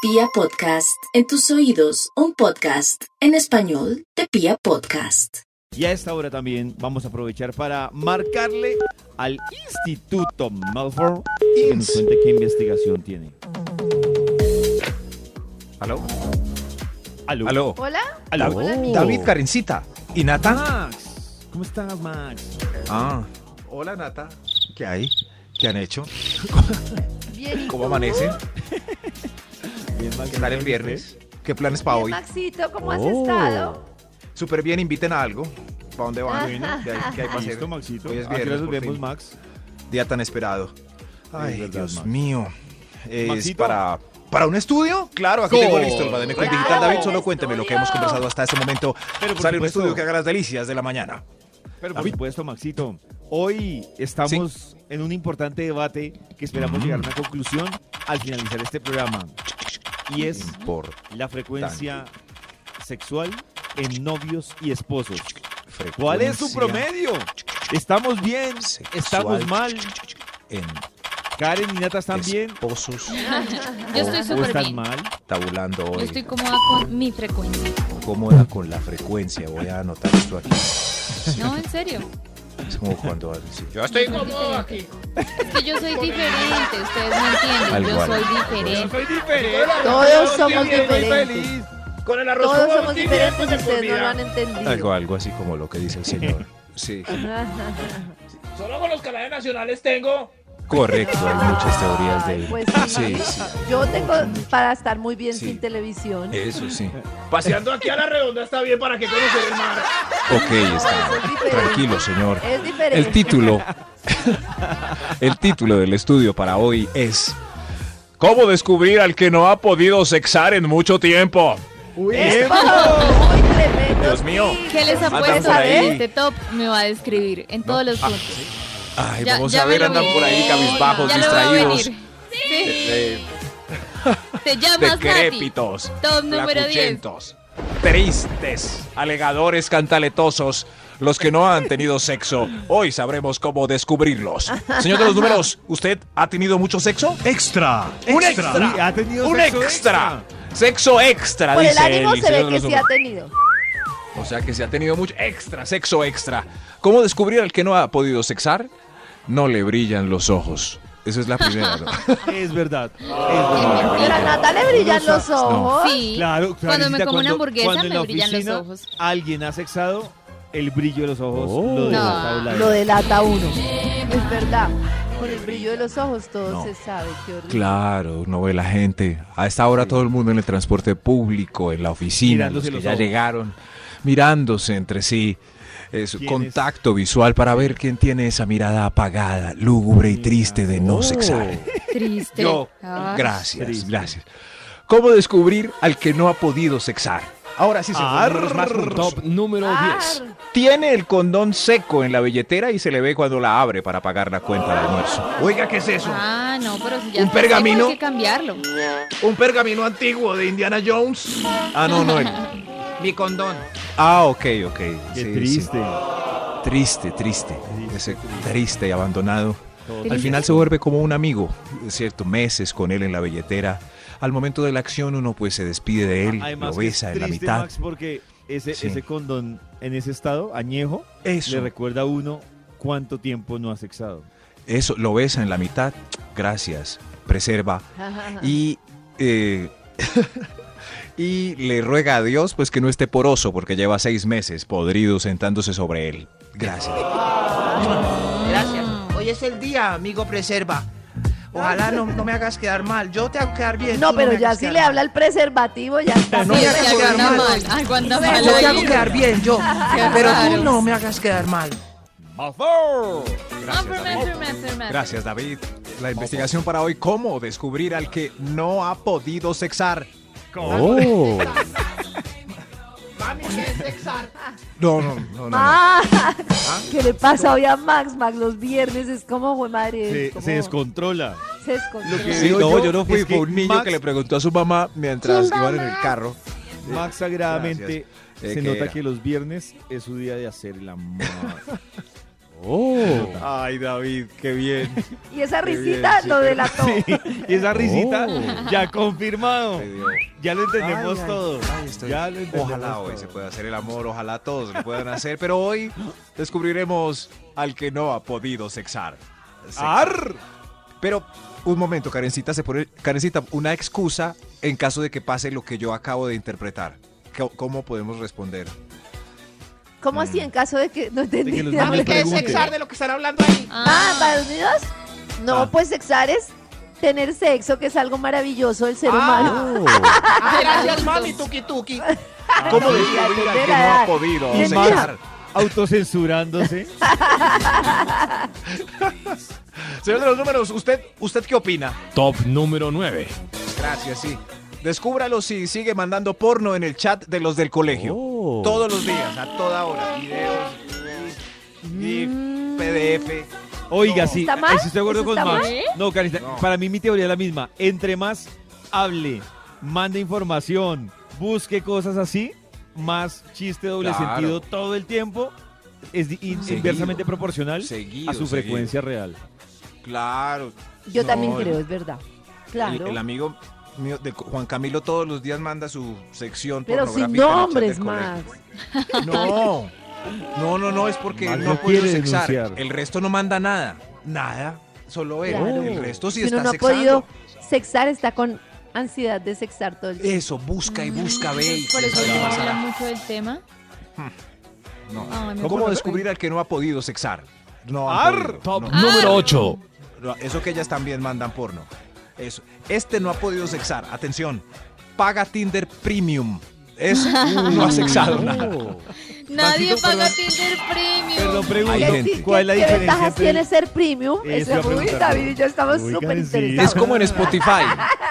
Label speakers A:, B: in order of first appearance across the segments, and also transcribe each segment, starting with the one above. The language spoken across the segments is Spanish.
A: Pia Podcast, en tus oídos, un podcast en español de Pia Podcast.
B: Y a esta hora también vamos a aprovechar para marcarle al Instituto Malfour que nos cuente qué investigación tiene.
C: ¿Aló?
B: Aló.
C: ¿Aló?
D: Hola,
B: Aló.
D: Hola, amigo.
C: David, Karencita. ¿Y Nata?
B: Max. ¿Cómo estás, Max?
C: Ah. Hola, Nata. ¿Qué hay? ¿Qué han hecho?
D: bien. ¿y
C: ¿Cómo
D: tú?
C: amanecen?
B: Bien, Max.
C: ¿Qué tal el viernes? ¿Qué planes para
D: Bien,
C: hoy?
D: Maxito, ¿cómo has
B: Oh.
D: estado?
C: Súper bien, inviten a algo. ¿Para dónde van?
D: Bueno.
C: ¿Qué hay, qué hay para hacer?
B: Listo, Maxito.
C: Hoy es
B: Aquí
C: viernes,
B: nos
C: por
B: vemos,
C: fin.
B: Max.
C: Día tan esperado. Ay,
B: Es verdad,
C: Dios
B: Max.
C: mío. Es
B: Maxito.
C: para... ¿Para un estudio? Claro, aquí tengo
B: ¡Gol!
C: listo el Bademe con
D: Claro,
C: Digital. David,
D: un
C: solo cuénteme lo que hemos
D: estudio.
C: conversado hasta este momento.
B: Pero por
C: Sale un
B: supuesto.
C: estudio que haga las delicias de la mañana.
B: Pero por
C: David.
B: supuesto, Maxito, hoy estamos en un importante debate que esperamos llegar a una conclusión al finalizar este programa. Y es
C: Por
B: la frecuencia sexual en novios y esposos.
C: frecuencia
B: ¿Cuál es su promedio? ¿Estamos bien?
C: sexual
B: ¿Estamos mal?
C: En
B: ¿Karen y Nata están bien?
C: esposos
E: Yo
B: ¿O
E: estoy súper
B: están
E: bien.
B: mal?
C: tabulando
E: Yo
C: hoy.
E: estoy cómoda con mi frecuencia.
C: cómoda con la frecuencia. Voy a anotar esto aquí.
E: No, eh. en serio.
C: Es como cuando sí, yo-
E: Estoy cómoda aquí. Es que yo soy diferente, ustedes no entienden.
C: Al
E: yo
C: igual.
E: soy diferente.
D: Todos somos diferentes.
F: Con el arroz
D: Todos
F: todo
D: somos
F: bien,
D: diferentes,
F: pues, en
D: ustedes no
F: comida.
D: lo han entendido.
C: algo, algo así como lo que dice el señor. Sí,
F: Solo con los canales nacionales tengo.
C: correcto. Hay muchas teorías
D: Ay,
C: de
D: pues
C: sí,
D: sí.
C: sí,
D: Yo tengo para estar muy bien
C: Sí. Eh,
D: sin televisión.
C: eso sí.
F: Paseando aquí a la redonda está bien para que conocer el mar.
C: Ok, está.
D: es diferente.
C: Tranquilo, señor.
D: Es diferente.
C: El título, el título del estudio para hoy es ¿Cómo descubrir al que no ha podido sexar en mucho tiempo?
D: ¡Oh! ¡Ay, tremendo!
C: Dios mío.
D: tips.
E: ¿Qué les ha
C: Andan
E: puesto?
C: por
D: ¿eh?
C: ahí.
E: Este top me va a describir en todos los puntos.
C: Ay,
E: Ya-
C: vamos
E: ya
C: a ver,
E: me lo
C: andan
E: vi.
C: por ahí cabizbajos,
E: Ya lo veo
C: distraídos,
E: venir. Sí.
C: eh,
E: Te llamas Nati.
C: decrépitos.
E: Top número 10.
C: flacuchentos, tristes, alegadores cantaletosos, los que no han tenido sexo. Hoy sabremos cómo descubrirlos. Señor de los números, ¿usted ha tenido mucho sexo?
G: Extra,
C: ¡Un
G: extra.
C: extra!
B: Uy, ¿ha tenido
C: ¡Un
B: sexo
C: extra! Sexo extra,
D: Por el
C: dice
D: ánimo
C: el
D: se
C: señor
D: ve
C: de
D: que
C: los
D: sí ha
C: números.
D: tenido.
C: O sea que se ha tenido mucho extra, sexo extra. ¿Cómo descubrir al que no ha podido sexar? No le brillan los ojos. Esa es la primera. ¿no?
B: Es verdad. es verdad.
D: Pero a Nata le brillan los ojos.
E: Sí.
B: Claro,
E: cuando me
B: Karencita,
E: como una
B: cuando-
E: hamburguesa
B: cuando en
E: me
B: la
E: brillan
B: oficina
E: los ojos.
B: Alguien ha sexado el brillo de los ojos.
C: Oh.
B: Lo de la
E: No.
B: tabla de-
D: Lo delata uno. Es verdad. Con el brillo de los ojos todo
C: No.
D: se sabe. Qué horrible.
C: Claro, no ve la gente. A esta hora todo el mundo en el transporte público, en la oficina, los
B: Mirándose
C: que
B: los
C: ya
B: ojos.
C: llegaron, mirándose entre sí. Eh, su
B: ¿Quién
C: contacto visual para ver quién tiene esa mirada apagada, lúgubre y triste de no sexar.
E: Triste.
B: Yo.
E: Ay.
C: Gracias,
B: triste.
C: gracias. ¿Cómo descubrir al que no ha podido sexar? Ahora sí se
B: Arr.
C: fueron los más juntos.
F: número
D: Ar.
C: Tiene el condón seco en la billetera y se le ve cuando la abre para pagar la cuenta de almuerzo.
F: Oiga, ¿qué es eso?
E: Ah, no, pero si ya
C: ¿Un
E: está seco,
C: pergamino?
E: Hay que cambiarlo.
F: Un pergamino antiguo de Indiana Jones.
C: Ah, no, no. el-
F: Mi condón.
C: Ah, ok, ok.
B: Qué
C: Sí, sí.
B: triste.
C: Triste, triste.
B: Triste,
C: Ese triste y abandonado.
E: Triste.
C: Al final se vuelve como un amigo, ¿cierto? Meses con él en la billetera. Al momento de la acción uno pues se despide de él,
B: Además,
C: lo besa
B: es
C: en la
B: triste,
C: mitad.
B: Max, porque ese,
C: Sí.
B: ese condón en ese estado, añejo, le
C: Eso,
B: recuerda a uno cuánto tiempo no ha sexado.
C: eso, lo besa en la mitad. Gracias, preserva. Y, eh, y le ruega a Dios pues que no esté poroso porque lleva seis meses podrido sentándose sobre él. Gracias.
H: Gracias. Hoy es el día, amigo preserva. Ojalá no, no me hagas quedar mal. Yo te hago quedar bien.
D: No,
H: tú
D: pero
H: me
D: ya
H: hagas
D: si
H: quedar
D: le
H: mal.
D: habla el preservativo, ya está.
H: No
E: sí,
H: me
E: es que
H: hagas quedar
E: aguanta
H: mal.
E: mal. Aguanta mal.
H: Yo te hago
E: ahí.
H: quedar bien, yo. Pero
E: raro.
H: tú no me hagas quedar mal.
E: Ah,
C: Gracias, David.
E: fermento, fermento, fermento.
C: Gracias, David. La investigación para hoy, ¿cómo descubrir al que no ha podido sexar?
B: Oh.
H: Mami, ¿qué es sexar?
C: No, no, no, no. no.
D: Ah, ¿Qué le pasa hoy a Max? Max los viernes es como, güey, madre. es
B: Se,
D: como-
B: se descontrola.
D: se descontrola.
B: Lo que-
C: Sí,
B: Digo
C: no,
B: yo,
C: yo no fui.
B: es que
C: Fue un niño
B: Max-
C: que le preguntó a su mamá mientras iban en el carro.
B: Max sagradamente
C: Gracias. Eh,
B: se
C: ¿qué
B: nota
C: era?
B: que los viernes es su día de hacer el amor.
C: Ay, David, qué bien.
D: Y esa
C: Qué bien,
D: risita
C: sí,
D: lo
C: pero-
D: delató.
B: Y esa risita
C: Oh.
B: ya confirmado.
C: Ay, Dios.
B: Ya lo entendemos
H: Ay, ay,
B: todo.
C: Ay, estoy-
B: Ya lo entendemos
C: Ojalá
B: todo.
C: hoy se pueda hacer el amor, ojalá todos lo puedan hacer, pero hoy descubriremos al que no ha podido sexar. Sexar.
B: ¡Ar!
C: Pero un momento, Karencita, se pone, Karencita, una excusa en caso de que pase lo que yo acabo de interpretar. Co- ¿Cómo podemos responder?
D: ¿Cómo así en caso de que no entendí?
B: los
D: Dame-
B: manes
H: ¿Qué es
B: Pregunte.
H: sexar de lo que están hablando ahí?
D: Ah, Estados Unidos. No,
B: Ah.
D: pues sexar es tener sexo, que es algo maravilloso del ser
H: Ah.
D: humano.
C: Oh.
H: Ah, gracias, mami, tuki tuki.
C: ¿Cómo
D: Ay,
C: descubrir al
D: aprender
C: que
D: Ah, a
C: no ha
D: dar.
C: podido
D: Bien,
C: sexar?
B: Autocensurándose.
C: Señor de los números, ¿usted, ¿usted qué opina?
G: Top número 9.
C: Gracias, sí. Descúbralo si sigue mandando porno en el chat de los del colegio.
G: Oh.
C: Todos los días, a toda hora. Videos, GIF,
D: Mm.
C: PDF.
B: Oiga,
C: No.
B: sí.
D: ¿Está mal?
B: sí Estoy de acuerdo
D: ¿Eso
B: con
D: está
B: Max.
E: mal?
B: No, Carita,
C: No.
B: para mí mi teoría es la misma. Entre más hable, mande información, busque cosas así, más chiste doble
C: Claro.
B: sentido todo el tiempo. Es di- in-
C: Seguido.
B: inversamente proporcional
C: Seguido,
B: a su
C: seguido.
B: frecuencia real.
C: Claro.
D: Yo
C: No,
D: también
C: el-
D: creo, es verdad. Claro.
C: El, el amigo mío de Co- Juan Camilo todos los días manda su sección
D: pero
C: pornográfica
D: sin
C: en el chat
D: nombres,
C: del colegio.
D: Max.
C: No. No, no, no, es porque
B: Mal
C: él
B: no
C: no ha podido
B: quiere
C: sexar.
B: denunciar.
C: El resto no manda nada. Nada. Solo él.
D: Claro.
C: El resto sí
D: Si uno
C: está
D: no ha
C: sexando. Eh,
D: podido sexar, está con ansiedad de sexar todo el tiempo.
C: Eso, busca y busca, ve. y
E: Por
C: quién
E: eso
C: sabe
E: no
C: qué
E: habla
C: pasará.
E: mucho del tema.
C: No.
E: Ay, me
C: ¿Cómo
E: acuerdo.
C: descubrir al que no ha podido sexar? No, han
B: Ar.
C: podido,
G: Top
C: no.
E: Ah,
G: número 8.
C: No, Eso que ellas también mandan porno. Eso. Este no ha podido sexar. Atención. Paga Tinder Premium. Es no ha sexado nada.
E: Nadie
C: Maxito,
E: paga
C: perdón.
E: Tinder
B: Perdón,
E: Premium.
B: pregunto,
C: Hay
D: ¿Qué,
C: gente.
D: qué-
B: ¿cuál es la
D: qué
B: diferencia?
D: ventajas
B: entre-
D: tiene ser premium?
B: Eso
D: Eso,
B: iba a
D: uy,
B: preguntar.
D: David y yo estamos
B: Uy,
D: súper
B: Karencita.
D: interesados.
C: Es como en Spotify,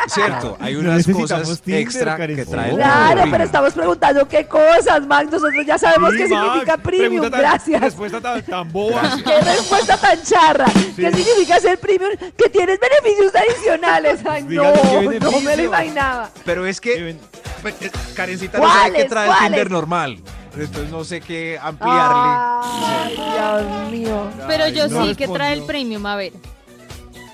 C: ¿cierto? Hay unas
B: necesitamos
C: cosas
B: Tinder,
C: extra que
B: Karencita.
C: traen.
D: Claro,
C: Premium.
D: pero estamos preguntando qué cosas, Max. Nosotros ya sabemos
B: Sí,
D: qué
B: Max,
D: significa premium.
B: pregunta tan-
D: Gracias.
B: Respuesta tan, tan boba.
D: Qué respuesta tan charra. ¿Qué significa ser premium? Que tienes beneficios adicionales. Ay, no,
B: Dígame qué
D: no me
B: beneficios.
D: lo imaginaba.
C: Pero es
B: Que
C: que
B: ven-
C: pues, eh, Karencita no sabe qué
D: ¿Cuáles?
C: trae
D: ¿Cuáles?
C: Tinder normal. Entonces no sé qué ampliarle.
D: Ay, Dios mío.
E: Pero yo
B: Ay, no
E: sí que trae
B: respondió.
E: el premium, a ver.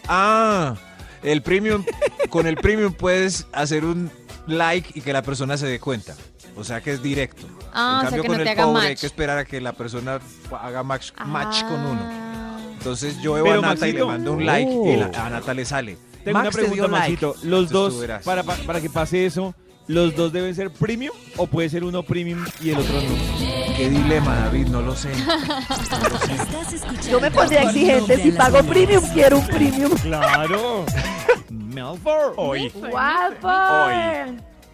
C: Ah, el premium. con el premium puedes hacer un like y que la persona se dé cuenta. O sea que es directo.
E: Ah,
C: en
E: o sea
C: cambio,
E: que
C: con
E: no te
C: el
E: haga
C: pobre
E: match. Ah.
C: hay que esperar a que la persona haga match, match con uno.
E: uno.
C: Entonces yo veo
B: Pero,
C: a Nata y le
B: Maxito. Oh.
C: mando un like y la- a Nata le sale.
B: Tengo una
C: Max te dio
B: pregunta,
C: like.
B: Maxito. Los
C: Entonces tú
B: dos,
C: verás.
B: para, pa- para que pase eso, ¿los dos deben ser premium o puede ser uno premium y el otro no?
C: Qué dilema, David, no lo sé.
A: Estás escuchando.
D: Yo me pondría exigente. Si
A: Vibra en
D: pago
A: las
D: premium,
A: mañanas.
D: quiero un premium.
B: ¡Claro! Melford. Hoy.
D: Guapo.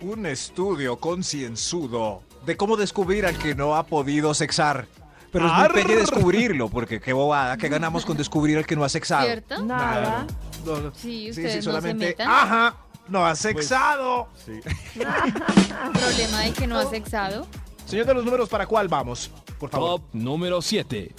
C: Un estudio concienzudo de cómo descubrir al que no ha podido sexar. Pero es muy
B: Arr.
C: pelle descubrirlo, porque qué bobada, ¿qué ganamos con descubrir al que no ha sexado?
E: ¿Cierto?
D: Nada.
C: No, no.
E: Sí,
C: Sí,
E: ustedes
C: sí,
E: no se
C: solamente. ¡ah!
E: metan.
C: Ajá, no ha sexado.
B: Sí.
E: Problema de que no has sexado.
C: Señor de los números, ¿para cuál vamos? Por favor.
G: Top número 7.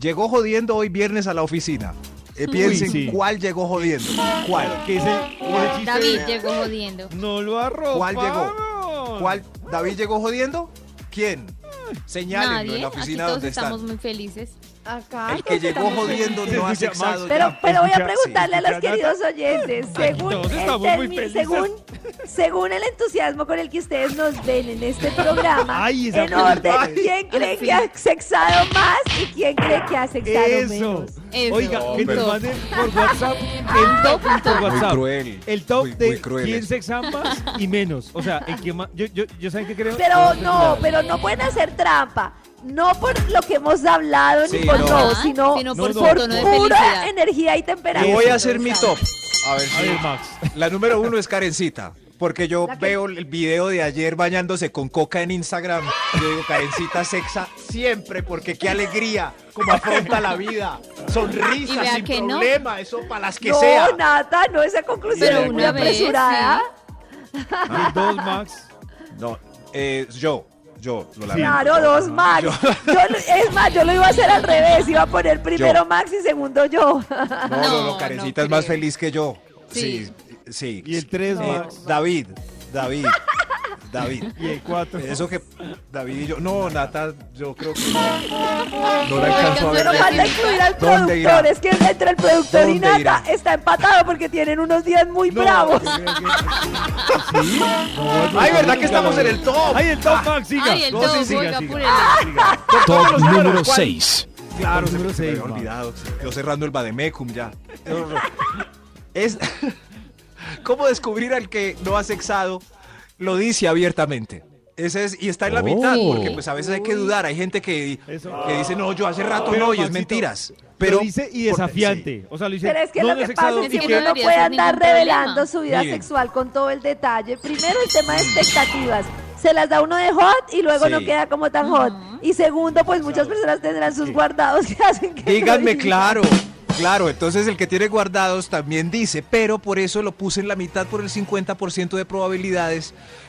C: Llegó jodiendo hoy viernes a la oficina. Eh, piensen
B: sí.
C: cuál llegó jodiendo. ¿Cuál?
B: ¿Qué es el, qué es el chiste?
E: David llegó jodiendo.
B: No lo arroparon.
C: ¿Cuál llegó? ¿Cuál? ¿David llegó jodiendo? ¿Quién? Señálenlo en
E: Nadie.
C: la
E: Aquí
C: oficina
E: todos
C: donde
E: estamos
C: están.
E: muy felices.
D: Acá.
C: El que llegó jodiendo no ha
B: Se escucha
C: sexado.
B: más.
D: Pero,
C: ya.
D: pero voy a
B: Escucha-
D: preguntarle a
B: sí,
D: los
B: escucha,
D: queridos oyentes, según,
B: todos
D: el
B: estamos muy
D: termi-
B: felices.
D: según, según el entusiasmo con el que ustedes nos ven en este programa,
B: Ay, esa
D: en
B: pregunta.
D: orden, ¿quién cree que ha sexado más y quién cree que ha sexado
B: Eso.
D: menos?
E: Eso.
B: Oiga, que nos
E: Punto.
B: manden por WhatsApp el top por
C: Muy
B: WhatsApp.
C: cruel.
B: El top
C: Muy-
B: de
C: muy cruel
B: quién
C: eso.
B: sexa más y menos. O sea, el que más. Yo, yo, yo saben qué creo.
D: Pero no, pero no pueden hacer trampa. No por lo que hemos hablado
C: Sí,
D: ni por
C: no.
D: no,
E: Ajá,
D: sino,
E: sino
D: por,
B: por su
E: tono de
D: pura
E: felicidad.
D: energía y
C: Yo
D: temperatura.
C: voy a hacer mi top. A ver,
B: A
C: si-
B: ver, Max.
C: La número uno es Karencita. Porque yo
D: La que-
C: veo el video de ayer bañándose con coca en Instagram. Yo digo, Karencita sexa siempre, porque qué alegría, como afronta la vida.
E: Y
C: Sonrisa
E: vea
C: sin
E: que no.
C: problema, eso para las que
D: no,
C: sea.
D: Nata, no, esa conclusión
E: Pero
D: es muy
E: una vez,
D: apresurada.
B: El dos, Max.
C: No, eh, yo, yo, lo lamento.
D: Claro, dos Max. Yo lo- es más, yo lo iba a hacer al revés. Iba a poner primero
C: Yo.
D: Max y segundo yo.
C: No, no, no,
E: No,
C: Karencita
E: no
C: es más
E: creo.
C: feliz que yo. Sí,
E: Sí.
C: sí.
B: Y el tres,
C: Eh,
B: Max.
C: David, David. David.
B: Y el 4.
C: Eso que David y yo. No, Nata, yo creo que no la
E: Ay,
C: alcanzo a ver.
D: Pero
E: Pero
D: falta
E: ¿dónde
D: incluir al
C: irá?
D: productor. Es que entre el productor y
C: ¿Dónde
D: Nata
C: irá?
D: está empatado porque tienen unos días muy bravos.
H: Ay, ¿verdad que estamos en el top?
B: ¡Ay, el top, Max! Siga.
E: Ay, el
B: No,
E: top,
B: sí, siga,
E: oiga,
B: siga.
E: apúrele.
B: Siga.
G: Top número 6.
C: Claro,
B: Número
C: se me
B: seis,
C: había
B: Max.
C: olvidado. Yo cerrando el Bademecum ya.
H: Es...
C: ¿Cómo descubrir al que no ha sexado? Lo dice abiertamente. Ese es, y está en la mitad, porque pues a veces hay que dudar. Hay gente que,
B: Oh. Eso.
C: que dice, no, yo hace rato
B: Pero,
C: no, y es
B: Maxito,
C: mentiras.
B: Pero
C: Pero
B: dice y
C: por-
B: desafiante. O sea, lo dice.
D: Pero es que
B: no,
D: lo
B: no
D: que
B: es
D: pasa
B: sexado,
D: es
B: y
D: que
E: que
D: uno
E: no
D: no
E: debería
D: puede
E: ser
D: andar
E: ningún
D: revelando
E: problema.
D: su vida
C: Miren.
D: sexual con todo el detalle. Primero el tema de expectativas. Se las da uno de hot y luego
C: Sí.
D: no queda como tan hot. Y segundo, pues muchas personas tendrán sus guardados que hacen que...
C: Díganme,
D: no-
C: claro. Claro, entonces el que tiene guardados también dice, pero por eso lo puse en la mitad por el 50% de probabilidades. P-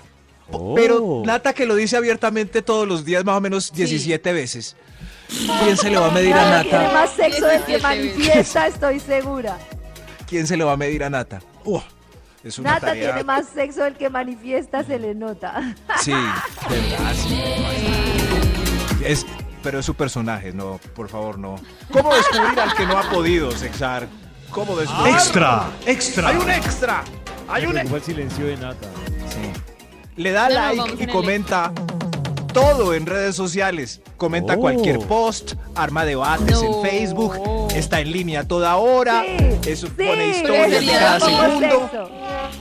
B: Oh.
H: Oh.
C: Pero Nata que lo dice abiertamente todos los días, más o menos 17 veces. ¿Quién se le va a medir a
D: Claro, tiene
C: Nata?
D: más sexo del que
E: 17
D: manifiesta, estoy segura.
C: ¿Quién se le va a medir a Nata? Uf, es una
D: Nata
C: tarea.
D: tiene más sexo del que manifiesta, se le nota.
C: Sí, de verdad, sí, no, es- es- pero es su personaje, no, por favor, no. ¿Cómo descubrir al que no ha podido sexar? ¿Cómo descubrir?
G: Extra.
H: Hay un extra. Hay un
B: Me
H: extra.
B: preocupa el silencio de Nata.
C: Le da
E: No, no, vamos
C: like
E: en
C: y
E: el
C: comenta todo en redes sociales.
B: Oh.
C: Comenta cualquier post, arma debates
E: No.
C: en Facebook, está en línea a toda hora,
D: Sí,
C: eso
D: sí,
C: pone
D: ese
C: historias
E: sí
C: de
D: es
C: cada
E: un poco
D: como
C: segundo.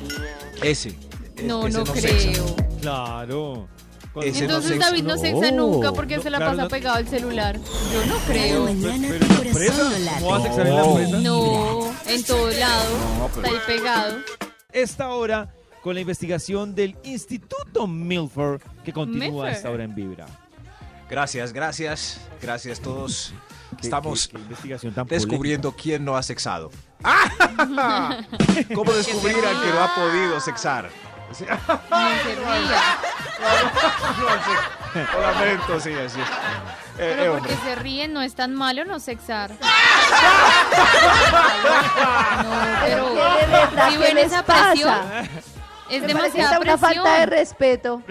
D: sexo.
C: Ese. e-
E: No,
C: ese
E: no
C: sexa.
E: creo.
B: Claro. Cuando-
C: Ese no
E: Entonces
C: sexa.
E: David no sexa nunca porque
B: No,
E: se la
B: claro,
E: pasa
B: no-
E: pegado al celular. Yo no
A: Cada
E: creo.
A: mañana
B: Pero
A: tu
B: en la
A: corazón
B: presa,
A: no late.
B: ¿cómo vas a sexar en la
C: No.
B: presa?
E: No, en todo lado.
C: No, pero-
E: Está ahí pegado.
B: esta hora con la investigación del Instituto Milford que continúa a esta
E: Milford.
B: hora en Vibra.
C: Gracias, gracias, gracias todos.
B: Qué-
C: Estamos
B: qué- qué investigación tan
C: descubriendo quién no ha sexado. ¿Cómo descubrir al que no ha podido sexar?
E: No se ría.
C: Lo lamento, sí, así es. Eh, eh,
E: Pero
C: hombre.
E: porque se ríen no es tan malo no sexar. No,
D: Pero
E: pero
D: ¿qué de verdad,
E: si
D: ¿qué
E: ven
D: les
E: esa
D: pasa?
E: presión, es
D: Me parece
E: demasiada
D: una falta de
E: presión.
D: respeto.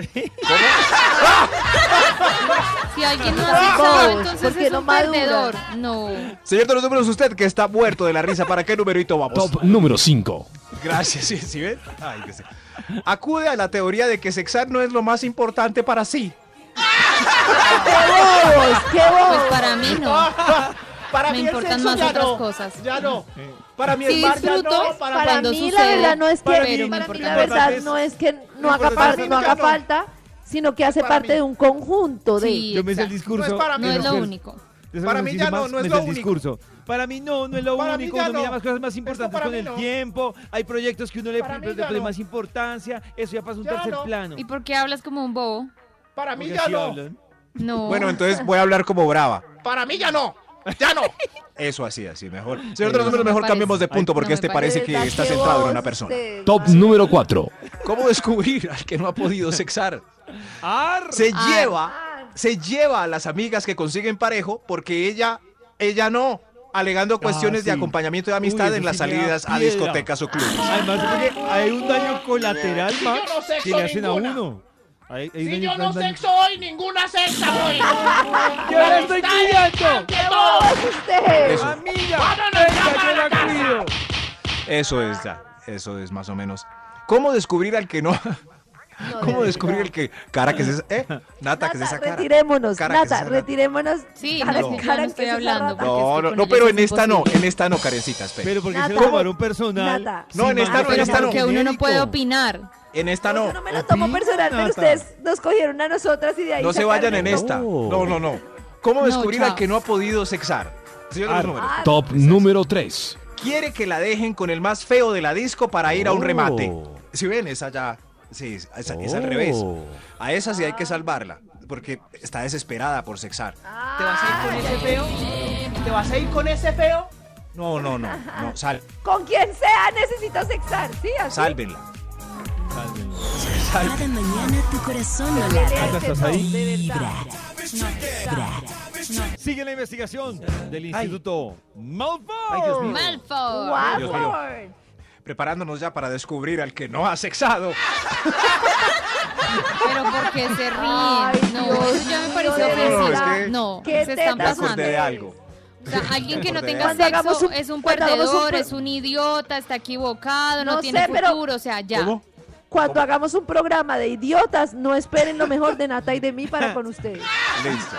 E: Si alguien no
D: Están
E: ha sexado,
D: bobos,
E: entonces
D: porque
E: es
D: no
E: un
D: maduran.
E: perdedor. No.
C: Señor de los números, usted que está muerto de la risa, ¿para qué numerito vamos?
G: Top número 5.
C: Gracias, ¿sí, sí ven? Ay, qué sé. Acude a la teoría de que sexar no es lo más importante para sí.
D: ¡Qué bobos! ¡Qué
E: Pues
D: bobos!
E: para mí no.
H: Para
E: Me
H: mí el
E: importan
H: sexo
E: más
H: ya
E: otras
H: no.
E: cosas.
H: Ya no. Para mí el
E: Sí
H: bar ya
E: disfruto
H: no. Para
D: Para,
E: cuando
D: mí la
E: sucede,
D: verdad no es que
E: para mí lo
D: para mí la
E: importante
D: verdad
B: es-
D: no es que no
B: lo
D: haga
B: importante
D: parte,
B: es
D: no
B: que
D: haga
H: no.
D: falta, sino que hace
H: Para
D: parte
H: mí.
D: de un conjunto de
E: Sí,
B: Yo me hice el
E: exacto.
B: discurso.
H: No es para
E: Pues No
H: mí,
E: es lo
B: Pero-
E: único.
B: Esa
H: Para mí
B: mujer
H: ya
B: más
H: no, no es
B: me
H: lo
B: hace el
H: único.
B: discurso. Para mí no, no es lo
H: Para mí
B: único.
H: ya
B: Uno mira
H: no.
B: más cosas más
H: Esto
B: importantes
H: para
B: con
H: mí
B: el
H: no.
B: tiempo. Hay proyectos que uno le
H: Para mí
B: le
H: ya
B: pone
H: no.
B: más importancia. Eso ya pasó a un
H: Ya
B: tercer
H: no.
B: plano.
E: ¿Y por qué hablas como un bobo?
H: Para mí
B: Porque
H: ya
B: así
H: no.
B: hablan.
E: No.
C: Bueno, entonces voy a hablar como brava.
H: Para mí ya no. Ya no.
C: Eso así, así, mejor. Señor de los
E: No
C: números,
E: me
C: mejor
E: parece.
C: cambiemos de punto
E: Ay,
C: porque
E: no me
C: este
E: parece.
C: parece que
E: este.
D: ¿Verdad
C: está
D: que
C: centrado en
D: vos
C: una persona.
D: te-
G: Top
D: Ay,
G: número 4.
C: ¿Cómo descubrir al que no ha podido sexar?
B: ¡Ar!
C: Se
E: Ah.
C: lleva, se lleva a las amigas que consiguen parejo porque ella, ella no, alegando cuestiones de
B: Ah, sí.
C: acompañamiento y
B: Uy,
C: amistad
B: eso
C: en las
B: sí me da
C: salidas a
B: piedra.
C: discotecas o clubes.
B: Además, porque hay un daño colateral,
F: Si yo
B: Max,
F: no sexo
B: que le hacen a
F: ninguna.
B: uno. Hay- hay
F: Si
B: daño-
F: yo
B: hay
F: no
B: un daño-
F: sexo hoy, ninguna sexa hoy.
B: ¡Yo la estoy cuidando!
F: ¡Que
D: ¡Qué
F: no!
D: bobos ustedes!
C: Eso.
B: ¡Amiga!
F: ¡Vámonos ya
B: ¡Venga,
F: para
B: yo
F: la
B: la
F: casa!
B: cuido!
C: Eso es ya, eso es más o menos. ¿Cómo descubrir al que no?
D: No,
C: ¿Cómo
D: de
C: descubrir
D: verdad.
C: el que cara que es esa? ¿Eh? Nata, que es
D: Nata,
C: esa cara.
D: retirémonos,
C: Cara que
D: Nata,
C: se saca.
D: retirémonos.
E: Sí,
D: Cara-
E: no,
D: cara
E: no
D: que
E: estoy
D: se
E: hablando.
D: saca.
E: porque es
C: No,
E: que
C: no,
E: con
C: no,
E: ella
C: pero
E: es
C: en esta no,
E: imposible.
C: en esta no, carecita, espera.
B: Pero porque se lo
D: Nata.
B: tomaron personal.
D: Nata.
C: No, en
B: sin
C: esta no,
B: marcar
E: Ah, Pero
C: en esta
B: algo
C: no.
E: porque uno no
B: genérico.
E: puede opinar.
C: En esta
D: No, yo
C: no.
D: no me lo tomo personal, pero
B: Nata.
D: ustedes nos cogieron a nosotras y de ahí
C: No se vayan en
D: sacaron-
C: esta. No, no, no. ¿Cómo
E: No,
C: descubrir al
E: chao.
C: que no ha podido sexar? Señor de los números.
D: Ah,
G: Top número 3.
C: Quiere que la dejen con el más feo de la disco para ir a un remate.
F: Oh.
C: Si ven, esa ya. Sí, esa, esa es al revés.
B: Oh.
C: A esa sí hay que salvarla. Porque está desesperada por sexar.
H: ¿Te vas a ir con ese feo? ¿Te vas a ir con ese feo?
C: No, no, no. no sal,
D: Con quien sea necesito sexar, ¿sí? Así.
C: sálvenla.
B: Sálvenlo.
A: Cada
C: Sálvenla.
A: mañana tu corazón no
D: Pelea
A: late.
D: este
B: ¿estás
D: no,
B: ahí?
D: de verdad.
B: Sigue la investigación del
C: Ay.
B: Instituto Malfoy.
C: Ay, Dios mío.
E: Malfoy.
D: Guau,
C: Dios mío.
D: Ford.
C: preparándonos ya para descubrir al que no ha sexado.
E: Pero porque se ríen.
D: Ay,
E: no,
D: Dios
E: eso ya me
D: mío,
E: parece
D: de
E: ofensivo.
D: verdad.
C: Es que-
E: No,
D: ¿Qué
E: se
D: tetas
E: están
C: Me acordé
E: pasando.
C: de algo.
E: O sea, alguien que no
C: Cuando
E: tenga
D: hagamos
E: sexo
D: un-
E: es un
D: cuando hagamos un
E: perdedor,
D: pro-
E: es un idiota, está equivocado, no,
D: No
E: tiene
D: sé, pero-
E: futuro, o sea, ya.
C: ¿Cómo?
D: Cuando hagamos un programa de idiotas, no esperen lo mejor de Nata y de mí para con ustedes.
C: Listo.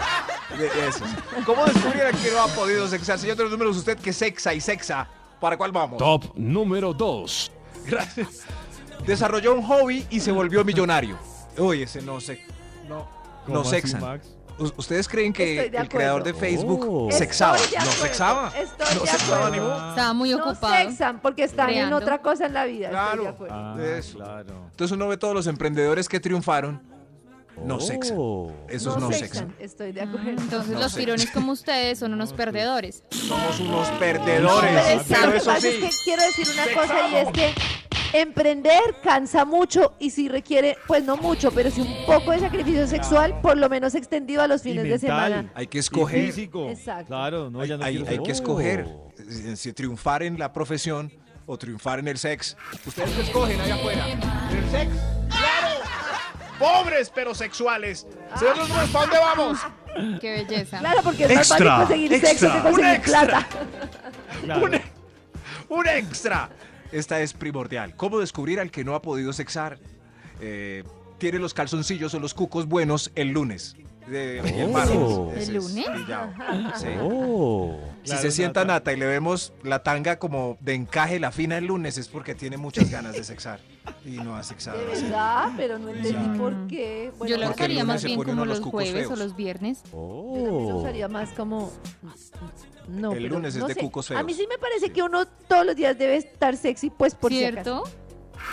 C: De- eso. ¿Cómo descubrir al que no ha podido sexar? Señor de los números, usted que sexa y sexa. ¿Para cuál vamos?
G: Top número 2.
C: Gracias. Desarrolló un hobby y se volvió millonario. Uy, ese no se... No, no sexan. U- ¿Ustedes creen que
D: Estoy de
C: el creador de
D: acuerdo.
C: Facebook
B: Oh.
C: sexaba?
D: Estoy de
C: No
D: acuerdo,
C: sexaba.
D: Estoy
C: No
D: de
C: sexaba
D: acuerdo.
C: ni uno.
E: Estaba muy
D: No
E: ocupado.
D: sexan porque están
E: creando.
D: en otra cosa en la vida. estoy de
C: Claro.
D: acuerdo.
B: Ah,
C: Pues, Eso.
B: claro.
C: Entonces uno ve todos los emprendedores que triunfaron. No sexan.
B: Oh.
C: Esos no, sexan.
D: sexan, Estoy de acuerdo.
E: Ah, Entonces
C: No
E: los
C: sé.
E: tirones como ustedes son unos perdedores.
C: Somos unos
D: Pero
C: perdedores.
D: es que
C: Pero
D: lo que
C: eso
D: pasa
C: sí.
D: es que quiero decir una cosa y es que emprender cansa mucho y si requiere, pues no mucho, pero si un poco de sacrificio sexual, por lo menos extendido a los fines de semana.
C: Hay que
B: Y
C: escoger.
B: físico.
D: Exacto.
B: Claro, no,
C: hay,
B: ya no
C: hay-
B: quiero
C: hay
B: ser-
C: que
B: Oh.
C: escoger. Si- Si triunfar en la profesión o triunfar en el sex. Ustedes lo escogen allá afuera.
H: ¿En el sex? ¡Claro! Pobres pero sexuales. Señor de los números, ¿para dónde vamos?
E: Qué belleza.
D: Claro, porque es más
G: Extra,
D: fácil conseguir
C: extra,
D: sexo que
C: un
D: conseguir
C: extra.
D: plata.
B: Claro.
C: Un, un extra. Esta es primordial. ¿Cómo descubrir al que no ha podido sexar? Eh, tiene los calzoncillos o los cucos buenos el lunes. De- y el
B: Oh.
C: martes.
E: ¿El
C: Ese es
E: lunes?
C: pillado. Sí. Si
B: Claro,
C: se sienta
B: Nata.
C: nata y le vemos la tanga como de encaje, la fina el lunes, es porque tiene muchas ganas de sexar. Y no ha sexado.
D: De
C: así.
D: verdad, pero no entendí
C: Exacto.
D: por qué. Bueno,
E: Yo
C: Porque
E: lo
C: el
E: usaría
C: lunes
E: más
C: se
E: bien
C: pone
E: como
C: uno los
E: los
C: cucos
E: jueves
C: feos.
E: o los viernes.
D: Yo también lo usaría más como. No,
C: El
D: pero
C: lunes es
D: no
C: de
D: sé.
C: cucos
D: A mí
C: feos.
D: sí me parece que uno todos los días debe estar sexy, pues por cierto.
E: ¿Cierto?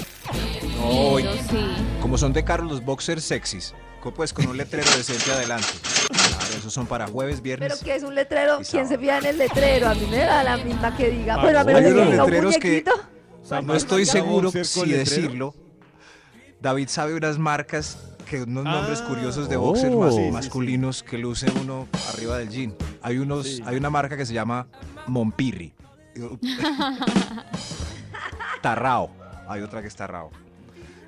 C: No, y
E: Eso sí.
C: como son de Carlos los boxers sexys, co- pues con un letrero decente adelante. Claro, esos son para jueves,
D: Pero
C: viernes.
D: que es un letrero,
C: Y
D: ¿quién se
C: sábado.
D: fija en el letrero? A mí me da la misma que diga.
B: Ah,
D: Bueno, a menos
C: Hay
D: de que
C: unos
D: diga un
C: letreros que-
D: muñequito.
C: No estoy
B: Marca
C: seguro
B: boxer con
C: si
B: letrero.
C: decirlo. David sabe unas marcas que unos nombres
B: Ah,
C: curiosos de
B: oh.
C: boxers mas-
B: Sí, sí, sí.
C: masculinos que luce uno arriba del jean. Hay unos,
B: Sí.
C: hay una marca que se llama Mompirri. Tarrao. Hay otra que es Tarrao.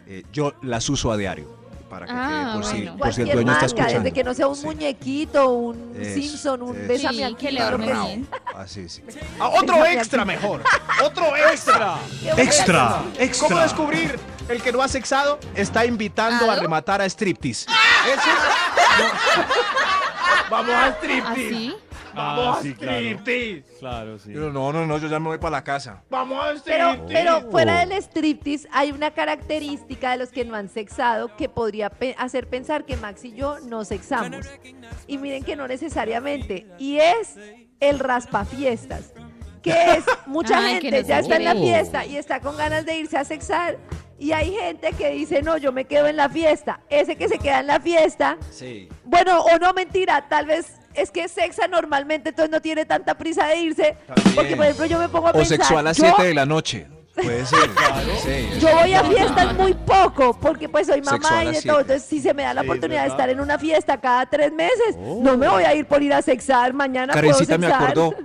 C: Eh, yo las uso a diario para que
E: Ah,
C: quede por, si- por
E: bueno.
C: si, el
D: Cualquier
C: dueño está
D: marca,
C: escuchando.
D: desde que no sea un
C: Sí.
D: muñequito, un
C: Eso,
D: Simpson, un
C: eso.
D: Besame
E: Sí,
D: aquí,
E: que le
D: yo creo que
E: armen.
D: sí.
E: bien.
C: Así, sí.
H: Ah, otro extra mejor. Otro extra.
D: Qué bueno.
H: ¿Cómo descubrir el que no ha sexado?
C: Está invitando a
E: ¿Ado?
C: rematar a striptease.
D: ¡Ah!
H: Vamos a striptease.
E: ¿Así?
B: Ah,
H: Vamos a
B: sí, claro.
H: striptease.
B: Claro, sí.
C: Yo, no, no, no, yo ya me voy para la casa.
H: Vamos a
D: Pero,
H: striptease.
D: pero fuera del striptease hay una característica de los que no han sexado que podría pe- hacer pensar que Max y yo no sexamos. Y miren que no necesariamente. Y es el raspafiestas. Que es mucha
E: Ay, que
D: gente
E: no
D: ya
E: se
D: está en la
E: quiere ir.
D: fiesta y está con ganas de irse a sexar. Y hay gente que dice, no, yo me quedo en la fiesta. Ese que se queda en la fiesta
C: Sí.
D: bueno, o no, mentira, tal vez es que sexa normalmente, entonces no tiene tanta prisa de irse.
C: También.
D: Porque, por ejemplo, yo me pongo a
C: O
D: pensar.
C: sexual a las
D: yo-
C: 7 de la noche. Puede ser. Sí.
D: Yo voy a fiestas muy poco, porque pues soy mamá
C: Sexual
D: y
C: a
D: de
C: siete.
D: todo. Entonces, si se me da la
B: Sí, es
D: oportunidad de
B: verdad.
D: estar en una fiesta cada tres meses, no me voy a ir por ir a sexar. Mañana
C: Karencita
D: puedo
C: me
D: sexar.
C: acordó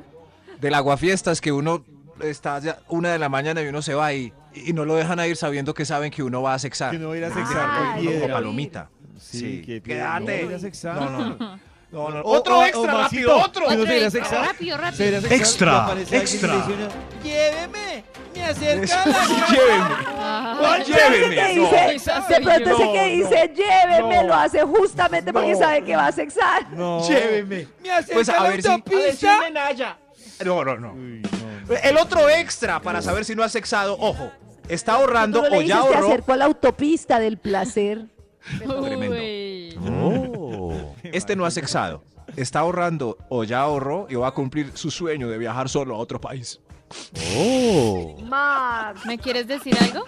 C: del aguafiestas que uno está ya una de la mañana y uno se va y, y no lo dejan a ir sabiendo que saben que uno va a sexar.
B: Que no va a ir a
C: Tienen
B: sexar,
C: que
D: qué
C: ir uno
D: piedra.
C: como palomita.
B: Sí, que
H: Quédate.
B: No, era sexar.
C: No, no, no. No, no, no.
H: Otro extra,
B: Maxito,
H: rápido, otro.
B: que no
E: Otro
B: se irá a
E: extra,
B: sexar.
E: rápido, rápido.
B: Se irá a sexar,
G: Extra,
B: y aparece
G: extra.
B: alguien y le dice una-
F: Lléveme, me acerca a la
C: Llévenme.
E: Ajá.
D: Ese que
C: Llévenme. No.
D: dice, de pronto ese que dice, llévenme, lo hace justamente porque sabe que va a sexar.
B: No.
C: Llévenme.
F: Me acerca
C: Pues, a
F: a la
C: ver si-
H: A
F: autopista.
H: decirle Naya.
C: No, no, no.
B: Uy, no,
C: El otro extra para saber si no ha sexado, ojo, está ahorrando
D: Tú no le
C: o
D: dices,
C: ya
D: te
C: ahorró.
D: acerco a la autopista del placer.
C: Tremendo.
E: Uy.
C: Este no ha sexado. Está ahorrando o ya ahorró y va a cumplir su sueño de viajar solo a otro país.
D: Max.
E: ¿Me quieres decir algo?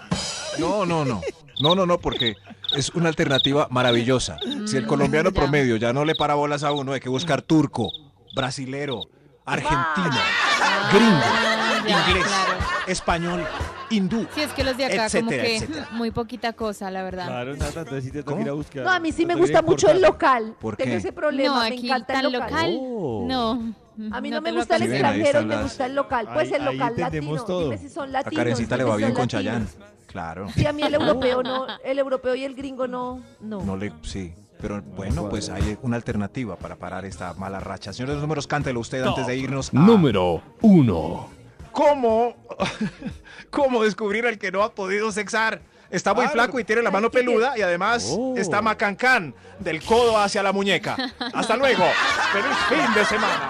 C: No, no, no. No, no, no, porque es una alternativa maravillosa. Si el
D: Mm.
C: colombiano
E: ya.
C: promedio ya no le para bolas a uno, hay que buscar turco, brasilero, argentino,
E: Ah,
C: gringo,
E: ya,
C: inglés,
E: claro.
C: español, hindú.
E: Si es que los de acá como
C: Etcétera,
E: que
C: etcétera.
E: muy poquita cosa, la verdad.
B: Claro, Nata, entonces sí te toca
C: ¿Cómo?
B: ir a buscar.
D: No, a mí sí
B: Te toca
D: me
B: ir
D: gusta
B: a
D: mucho el
B: importar.
D: local.
C: ¿Por
D: Tengo
C: qué?
D: ese problema,
E: no,
D: me
E: aquí
D: encanta
E: tan
D: el
E: local.
D: local.
E: No.
D: A mí no,
E: No
D: me
E: te lo
D: gusta el
C: Sí, ven, ahí
D: extranjero y
C: están
D: me
C: las-
D: gusta el local. Pues
B: Ahí-
D: el
B: ahí
D: local
B: entendemos
D: latino.
B: todo.
D: Dime si son latinos.
C: A Karencita le va
D: dime si
C: bien
D: son
C: con
D: latinos.
C: Chayanne. Claro.
D: Sí, a mí el europeo no, el europeo y el gringo no, no.
C: No le, sí. Pero bueno, pues hay una alternativa para parar esta mala racha. Señor de los números, cántelo usted antes de irnos. a-
G: Número 1.
C: ¿Cómo? ¿Cómo descubrir al que no ha podido sexar? Está muy flaco y tiene la mano peluda y además está macancán del codo hacia la muñeca. Hasta luego. Feliz fin de semana.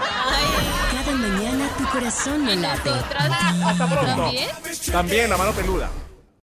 A: Cada mañana tu corazón me late.
E: ¿Otras
C: Hasta pronto.
E: también?
C: También la mano peluda.